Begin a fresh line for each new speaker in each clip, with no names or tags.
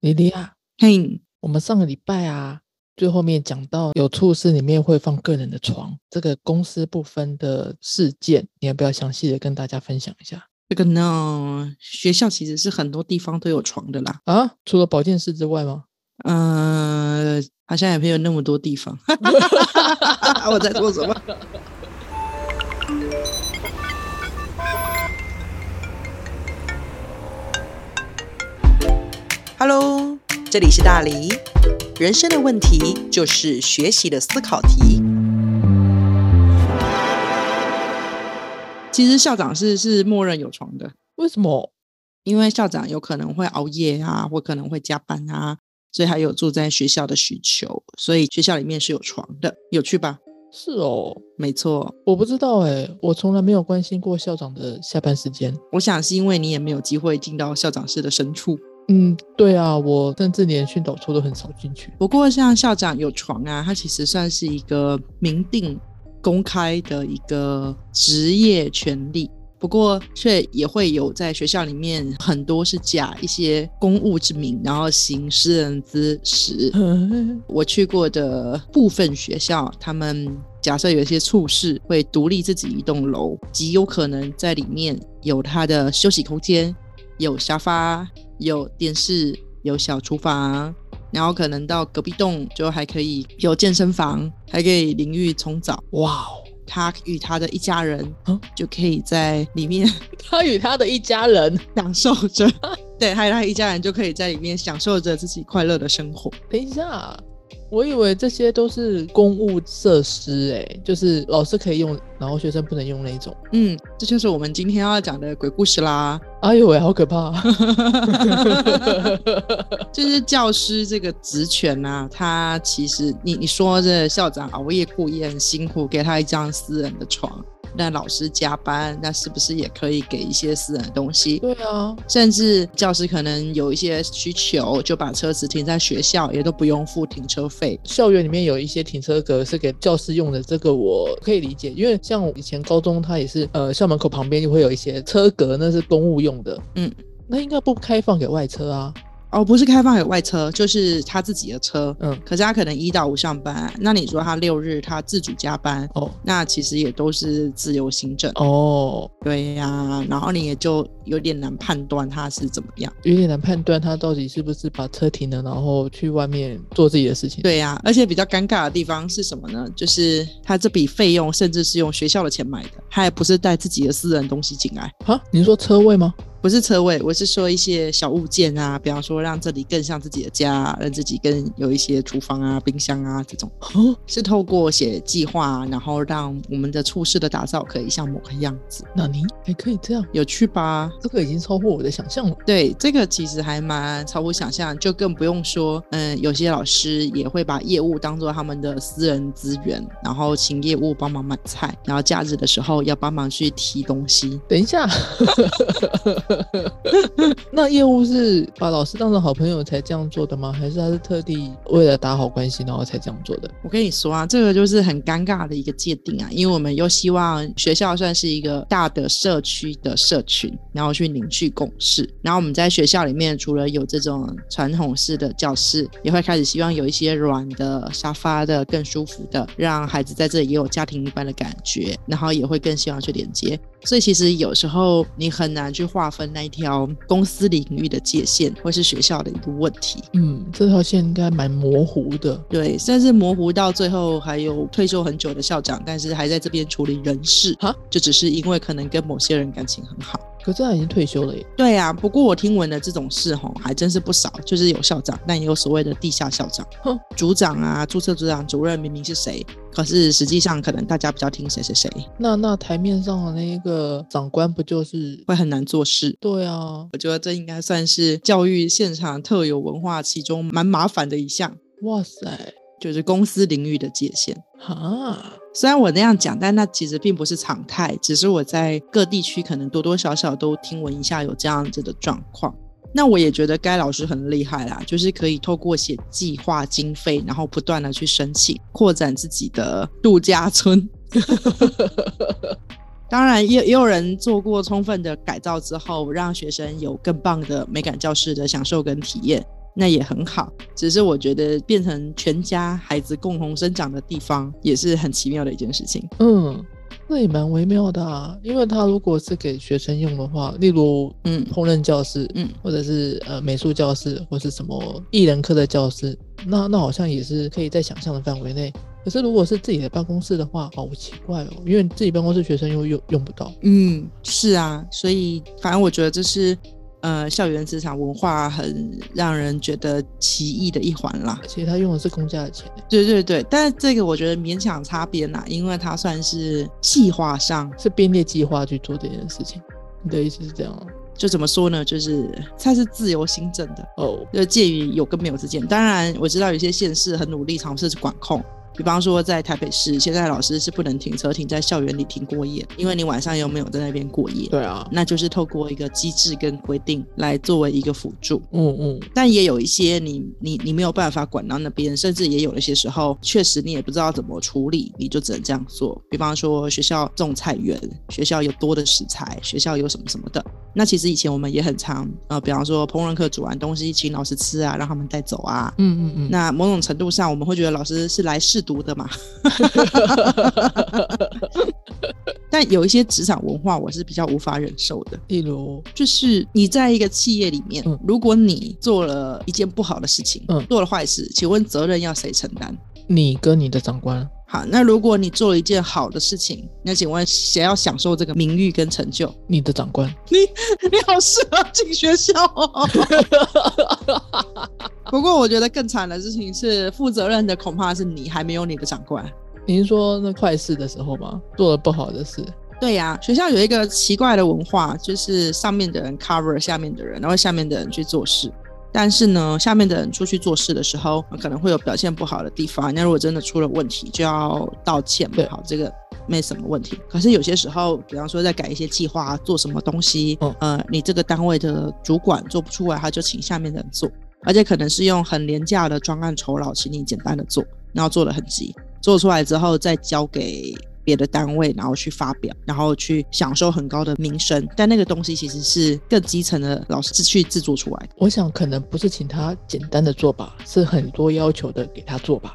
莉莉啊，
嘿，
我们上个礼拜啊，最后面讲到有处室里面会放个人的床，这个公私不分的事件，你要不要详细的跟大家分享一下
这个呢，学校其实是很多地方都有床的啦。
啊？除了保健室之外吗？
呃，好像也没有那么多地方。我在说什么？Hello，这里是大黎。人生的问题就是学习的思考题。其实校长是是默认有床的，
为什么？
因为校长有可能会熬夜啊，或可能会加班啊，所以还有住在学校的需求，所以学校里面是有床的，有趣吧？
是哦，
没错，
我不知道哎、我从来没有关心过校长的下班时间。
我想是因为你也没有机会进到校长室的深处。
嗯，对啊，我甚至连训导处都很少进去。
不过像校长有床啊，它其实算是一个明定公开的一个职业权利。不过，却也会有在学校里面很多是假一些公务之名，然后行私人之实，我去过的部分学校，他们假设有一些处室会独立自己一栋楼，极有可能在里面有他的休息空间，有沙发，有电视，有小厨房，然后可能到隔壁栋就还可以有健身房，还可以淋浴冲澡。
哇哦，
他与他的一家人
嗯
就可以在里面
他与他的一家人，
享受着，对，还有他一家人就可以在里面享受着自己快乐的生活。
等一下，我以为这些都是公务设施、哎，就是老师可以用，然后学生不能用那一种。
嗯，这就是我们今天要讲的鬼故事啦。
哎呦喂，好可 怕、
就是教师这个职权啊，他其实你你说这校长熬夜过夜很辛苦，给他一张私人的床，那老师加班，那是不是也可以给一些私人的东西？
对啊，
甚至教师可能有一些需求，就把车子停在学校，也都不用付停车费。
校园里面有一些停车格是给教师用的，这个我可以理解，因为像我以前高中，它也是呃校门口旁边就会有一些车格，那是公务用的。
嗯，
那应该不开放给外车啊。
哦，不是开放给外车，就是他自己的车。
嗯，
可是他可能一到五上班，那你说他六日他自主加班，
哦
那其实也都是自由行政。
哦，
对呀、然后你也就有点难判断他是怎么样。
有点难判断他到底是不是把车停了，然后去外面做自己的事情。
对呀、而且比较尴尬的地方是什么呢？就是他这笔费用甚至是用学校的钱买的，他也不是带自己的私人东西进来，
啊，你说车位吗？
不是车位，我是说一些小物件啊，比方说让这里更像自己的家啊，让自己更有一些厨房啊、冰箱啊这种，
哦，
是透过写计划，然后让我们的处室的打造可以像某个样子，
那你还可以这样，
有趣吧？
这个已经超乎我的想象了。
对，这个其实还蛮超乎想象，就更不用说，嗯，有些老师也会把业务当做他们的私人资源，然后请业务帮忙买菜，然后假日的时候要帮忙去提东西。
等一下， 那业务是把老师当成好朋友才这样做的吗？还是他是特地为了打好关系，然后才这样做的？
我跟你说啊，这个就是很尴尬的一个界定啊，因为我们又希望学校算是一个大的社区的社群，然后去凝聚共识。然后我们在学校里面，除了有这种传统式的教室，也会开始希望有一些软的沙发的、更舒服的，让孩子在这里也有家庭一般的感觉，然后也会更希望去连接。所以其实有时候你很难去划分那一条公司领域的界限，或是学校的一个问题。
嗯，这条线应该蛮模糊的。
对，甚至模糊到最后还有退休很久的校长，但是还在这边处理人事
啊，
就只是因为可能跟某些人感情很好。
可是他已经退休了耶。
对啊，不过我听闻的这种事吼，还真是不少，就是有校长，但也有所谓的地下校长
哼、
组长啊、注册组长、主任明明是谁，可是实际上可能大家比较听谁谁谁，
那那台面上的那一个长官不就是？
会很难做事。
对啊，
我觉得这应该算是教育现场特有文化其中蛮麻烦的一项，
哇塞，
就是公司领域的界限。
哈，
虽然我那样讲，但那其实并不是常态，只是我在各地区可能多多少少都听闻一下有这样子的状况。那我也觉得该老师很厉害啦，就是可以透过写计划经费，然后不断的去申请，扩展自己的度假村。 当然，也也有人做过充分的改造之后，让学生有更棒的美感教室的享受跟体验。那也很好。只是我觉得变成全家孩子共同生长的地方，也是很奇妙的一件事情。
嗯，那也蛮微妙的啊，因为它如果是给学生用的话，例如
嗯
烹饪教室，
嗯，
或者是呃美术教室，或是什么艺人课的教室，那那好像也是可以在想象的范围内。可是如果是自己的办公室的话，好奇怪哦，因为自己办公室学生又用用不到。
嗯，是啊，所以反正我觉得这是呃校园职场文化很让人觉得奇异的一环啦。
而且他用的是公家的钱，
对对对，但是这个我觉得勉强擦边啦，因为它算是计划上，
是编列计划去做这件事情。你的意思是这样啊
就怎么说呢，就是它是自由行政的，
哦？
就呃介于有跟没有之间。当然，我知道有些县市很努力尝试去管控。比方说，在台北市，现在老师是不能停车停在校园里停过夜，因为你晚上有没有在那边过夜？
对啊，
那就是透过一个机制跟规定来作为一个辅助。
嗯嗯，
但也有一些你你你没有办法管到那边，甚至也有一些时候，确实你也不知道怎么处理，你就只能这样做。比方说学校种菜园，学校有多的食材，学校有什么什么的。那其实以前我们也很常，呃，比方说烹饪课煮完东西请老师吃啊，让他们带走啊。
嗯嗯嗯，
那某种程度上，我们会觉得老师是来试读的嘛。 但有一些职场文化，我是比较无法忍受的。
例如，
就是你在一个企业里面，
嗯
如果你做了一件不好的事情，
嗯
做了坏事，请问责任要谁承担？
你跟你的长官，
好，那如果你做了一件好的事情，那请问谁要享受这个名誉跟成就？
你的长官，
你好适合进学校哦。 不过我觉得更惨的事情是，负责任的恐怕是你，还没有你的长官。
您说那坏事的时候吗？做了不好的事，
对呀、学校有一个奇怪的文化，就是上面的人 cover 下面的人，然后下面的人去做事。但是呢，下面的人出去做事的时候，可能会有表现不好的地方。那如果真的出了问题，就要道歉嘛
对。
好，这个没什么问题。可是有些时候，比方说在改一些计划、做什么东西，
嗯
呃，你这个单位的主管做不出来，他就请下面的人做，而且可能是用很廉价的专案酬劳，请你简单的做，然后做的很急。做出来之后再交给别的单位，然后去发表，然后去享受很高的名声。但那个东西其实是更基层的老师去制作出来的。
我想可能不是请他简单的做吧，是很多要求的给他做吧。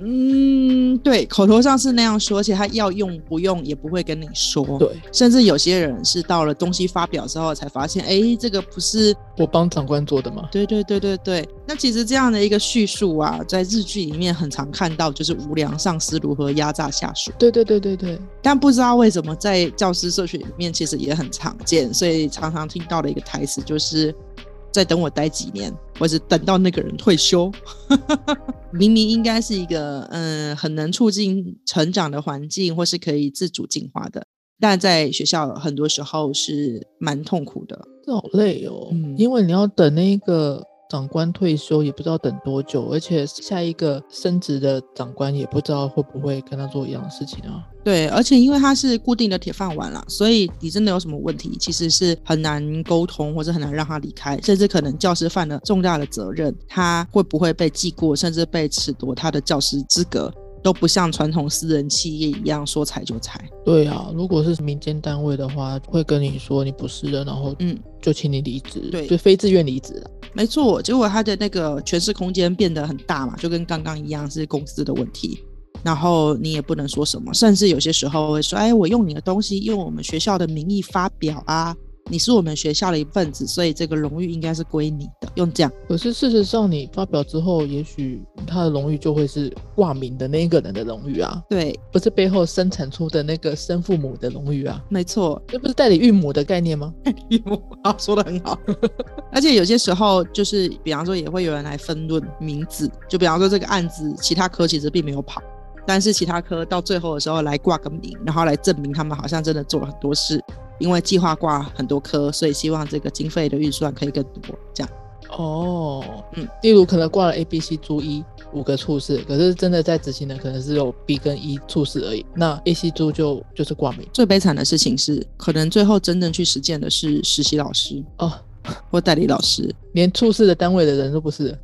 嗯，对，口头上是那样说，而且他要用不用也不会跟你说。
对
甚至有些人是到了东西发表之后才发现，哎，这个不是
我帮长官做的吗？
对对对对对，那其实这样的一个叙述啊，在日剧里面很常看到，就是无良上司如何压榨下属。
对对对对对，
但不知道为什么在教师社群里面其实也很常见，所以常常听到的一个台词就是“再等我待几年”，或是“等到那个人退休” 。明明应该是一个嗯很能促进成长的环境，或是可以自主进化的，但在学校很多时候是蛮痛苦的。
这好累哦，
嗯
因为你要等那个长官退休，也不知道等多久，而且下一个升职的长官也不知道会不会跟他做一样的事情啊。
对，而且因为它是固定的铁饭碗啦，所以你真的有什么问题，其实是很难沟通，或者很难让他离开，甚至可能教师犯了重大的责任，他会不会被记过，甚至被褫夺他的教师资格，都不像传统私人企业一样说裁就裁。
对啊，如果是民间单位的话，会跟你说你不是了，然后
嗯，
就请你离职，
对
就非自愿离职啊。
没错，结果他的那个诠释空间变得很大嘛，就跟刚刚一样是公司的问题。然后你也不能说什么，甚至有些时候会说：“哎，我用你的东西，用我们学校的名义发表啊，你是我们学校的一份子，所以这个荣誉应该是归你的。”用这样，
可是事实上，你发表之后，也许他的荣誉就会是挂名的那一个人的荣誉啊，
对，
不是背后生产出的那个生父母的荣誉啊，
没错，
这不是代理孕母的概念吗？
好，说的很好。而且有些时候就是，比方说也会有人来分论名字，就比方说这个案子，其他科其实并没有跑，但是其他科到最后的时候来挂个名，然后来证明他们好像真的做了很多事，因为计划挂很多科，所以希望这个经费的预算可以更多，这样。
哦，
嗯，
例如可能挂了 A、B、C、猪一五个处室，可是真的在执行的可能是有 B 跟一处室而已，那 A、C 猪就就是挂名
最悲惨的事情是，可能最后真正去实践的是实习老师
哦，
或代理老师，
连处室的单位的人都不是。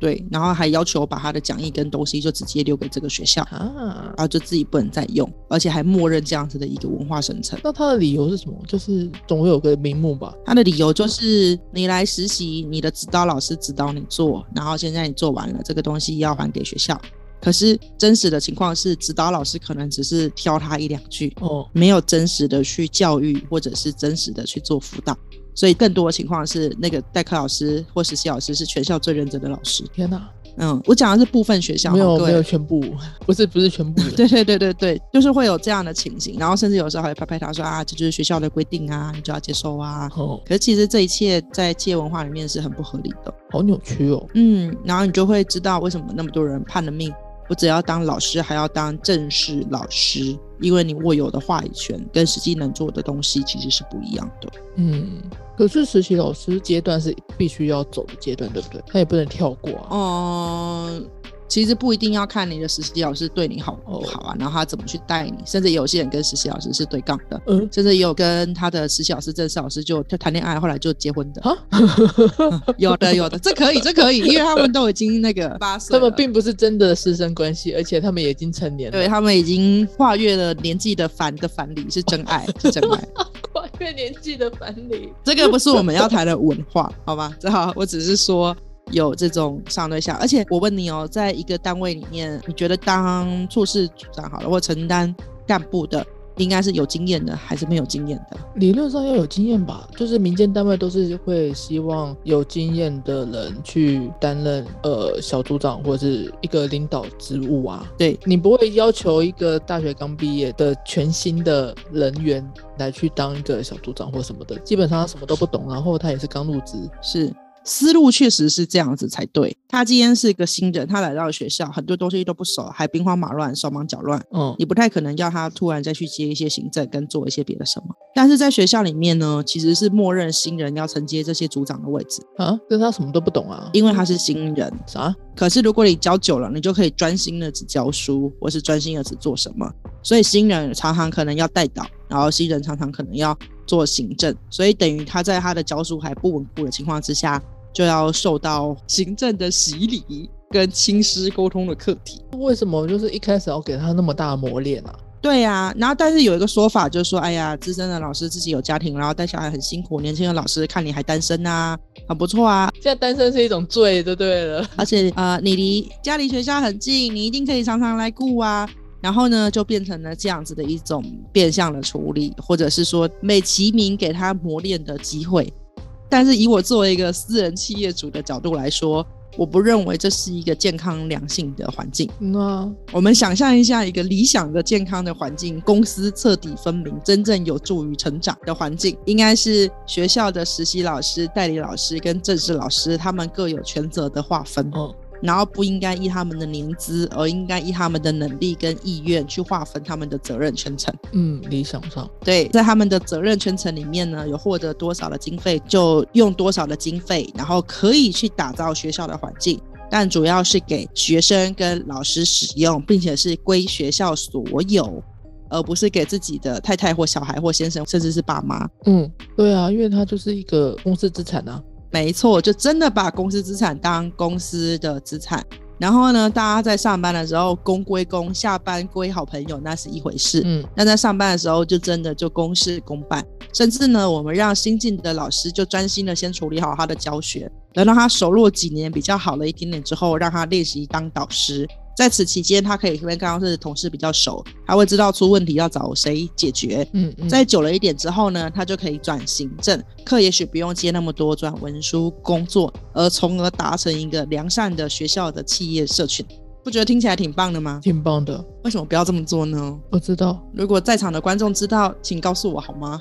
对，然后还要求把他的讲义跟东西就直接留给这个学校，
啊
然。后就自己不能再用，而且还默认这样子的一个文化生成。
那他的理由是什么？就是总会有个名目吧？
他的理由就是你来实习，你的指导老师指导你做，然后现在你做完了，这个东西要还给学校。可是真实的情况是，指导老师可能只是挑他一两句，
哦，
没有真实的去教育，或者是真实的去做辅导。所以更多的情况是，那个代课老师或实习老师是全校最认真的老师。
天哪，
嗯，我讲的是部分学校，
没有
各
没
位
有全部， 不是不是全部的。
对对对对对，就是会有这样的情形，然后甚至有时候还会拍拍他说啊，这就是学校的规定啊，你就要接受啊。
哦，
可是其实这一切在企业文化里面是很不合理的，
好扭曲哦。
嗯，然后你就会知道为什么那么多人判了命，不只要当老师，还要当正式老师，因为你握有的话语权跟实际能做的东西其实是不一样的。
嗯，可是实习老师阶段是必须要走的阶段，对不对？他也不能跳过啊。
嗯，其实不一定要看你的实习老师对你好不好啊，然后他怎么去带你，甚至有些人跟实习老师是对杠的，
嗯
甚至也有跟他的实习老师、正式老师就就谈恋爱，后来就结婚的。
啊，
有的有的，这可以这可以，因为他们都已经那个 八岁
他
了，
们并不是啊真的师生关系，而且他们也已经成年了。
对，他们已经跨越了年纪的藩的藩篱，是真 爱，是真爱。
跨越年纪的藩篱。
这个不是我们要谈的文化，好吧？这好，我只是说有这种上对下，而且我问你哦，在一个单位里面，你觉得当处室组长好了，或承担干部的，应该是有经验的，还是没有经验的？
理论上要有经验吧，就是民间单位都是会希望有经验的人去担任呃小组长或是一个领导职务啊。
对，
你不会要求一个大学刚毕业的全新的人员来去当一个小组长或什么的，基本上他什么都不懂，然后他也是刚入职，
是。思路确实是这样子才对。他今天是一个新人，他来到学校，很多东西都不熟，还兵荒马乱，手忙脚乱。
嗯，
你不太可能要他突然再去接一些行政跟做一些别的什么。但是在学校里面呢，其实是默认新人要承接这些组长的位置，
啊，但是他什么都不懂啊，
因为他是新人。
啥？
可是如果你教久了，你就可以专心的只教书，或是专心的只做什么。所以新人常常可能要带导，然后新人常常可能要做行政，所以等于他在他的教书还不稳固的情况之下，就要受到行政的洗礼跟亲师沟通的课题。
为什么就是一开始要给他那么大的磨练啊？
对呀、然后但是有一个说法就是说，哎呀，资深的老师自己有家庭，然后带小孩很辛苦，年轻的老师看你还单身啊，很不错啊，
现在单身是一种罪，就对了。
而且呃，你离家离学校很近，你一定可以常常来顾啊。然后呢，就变成了这样子的一种变相的处理，或者是说美其名给他磨练的机会。但是以我作为一个私人企业主的角度来说，我不认为这是一个健康良性的环境。
嗯啊，
我们想象一下，一个理想的、健康的环境，公司彻底分明，真正有助于成长的环境，应该是学校的实习老师、代理老师跟正式老师，他们各有权责的划分，
哦，
然后不应该依他们的年资，而应该依他们的能力跟意愿去划分他们的责任圈层。
嗯，理想上，
对，在他们的责任圈层里面呢，有获得多少的经费，就用多少的经费，然后可以去打造学校的环境，但主要是给学生跟老师使用，并且是归学校所有，而不是给自己的太太或小孩或先生，甚至是爸妈。
嗯，对啊，因为它就是一个公司资产啊。
没错，就真的把公司资产当公司的资产。然后呢，大家在上班的时候公归公，下班归好朋友，那是一回事。
嗯，
那在上班的时候就真的就公事公办，甚至呢，我们让新进的老师就专心的先处理好他的教学，等到他熟络几年比较好了一点点之后，让他练习当导师。在此期间，他可以跟刚刚是同事比较熟，他会知道出问题要找谁解决。
嗯嗯，
再久了一点之后呢，他就可以转行政，课也许不用接那么多，转文书工作，而从而达成一个良善的学校的企业社群。不觉得听起来挺棒的吗？
挺棒的，
为什么不要这么做呢？
我知道。
如果在场的观众知道，请告诉我好吗？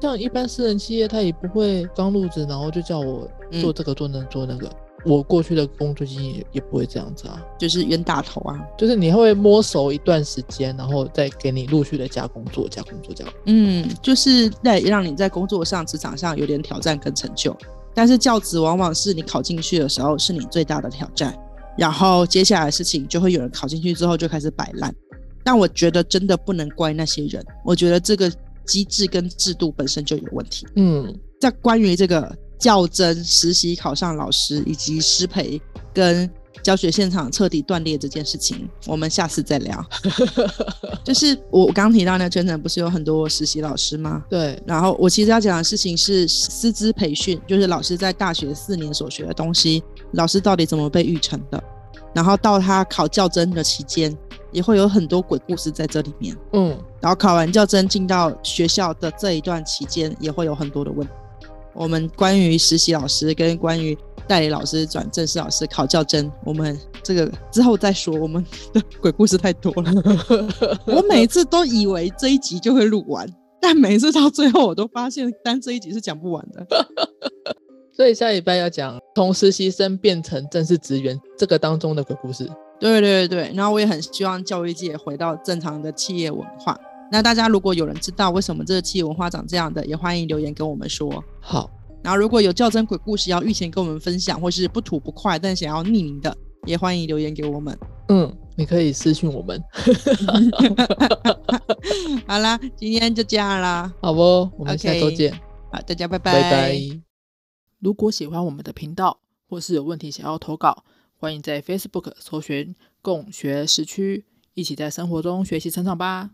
像一般私人企业，他也不会刚入职，然后就叫我
嗯
做这个、做那个做那个。我过去的工作经验也也不会这样子啊，
就是冤大头啊，
就是你会摸熟一段时间，然后再给你陆续的加工作、加工作、加工作。
嗯，就是在让你在工作上、职场上有点挑战跟成就。但是教职往往是你考进去的时候是你最大的挑战，然后接下来的事情就会有人考进去之后就开始摆烂。但我觉得真的不能怪那些人，我觉得这个机制跟制度本身就有问题。
嗯，
在关于这个较真实习考上老师以及师培跟教学现场彻底断裂这件事情，我们下次再聊。就是我我刚提到那个圈层，不是有很多实习老师吗？
对，
然后我其实要讲的事情是师资培训，就是老师在大学四年所学的东西，老师到底怎么被育成的，然后到他考教甄的期间，也会有很多鬼故事在这里面。
嗯，
然后考完教甄进到学校的这一段期间，也会有很多的问题。我们关于实习老师跟关于代理老师转正式老师考教甄，我们这个之后再说。我们的鬼故事太多 了，我每次都以为这一集就会录完，但每次到最后我都发现单这一集是讲不完的。
所以下礼拜要讲从实习生变成正式职员这个当中的鬼故事。
对对对对，然后我也很希望教育界回到正常的企业文化。那大家如果有人知道为什么这个企业文化长这样的，也欢迎留言跟我们说。
好，
然后如果有较真鬼故事要预先跟我们分享，或是不吐不快但想要匿名的，也欢迎留言给我们。
嗯，你可以私讯我们，
好啦，今天就这样啦，
好不？我们下周
OK，
见
好，大家
拜拜。
如果喜欢我们的频道，或是有问题想要投稿，欢迎在 Facebook 搜寻“共学时区”，一起在生活中学习成长吧。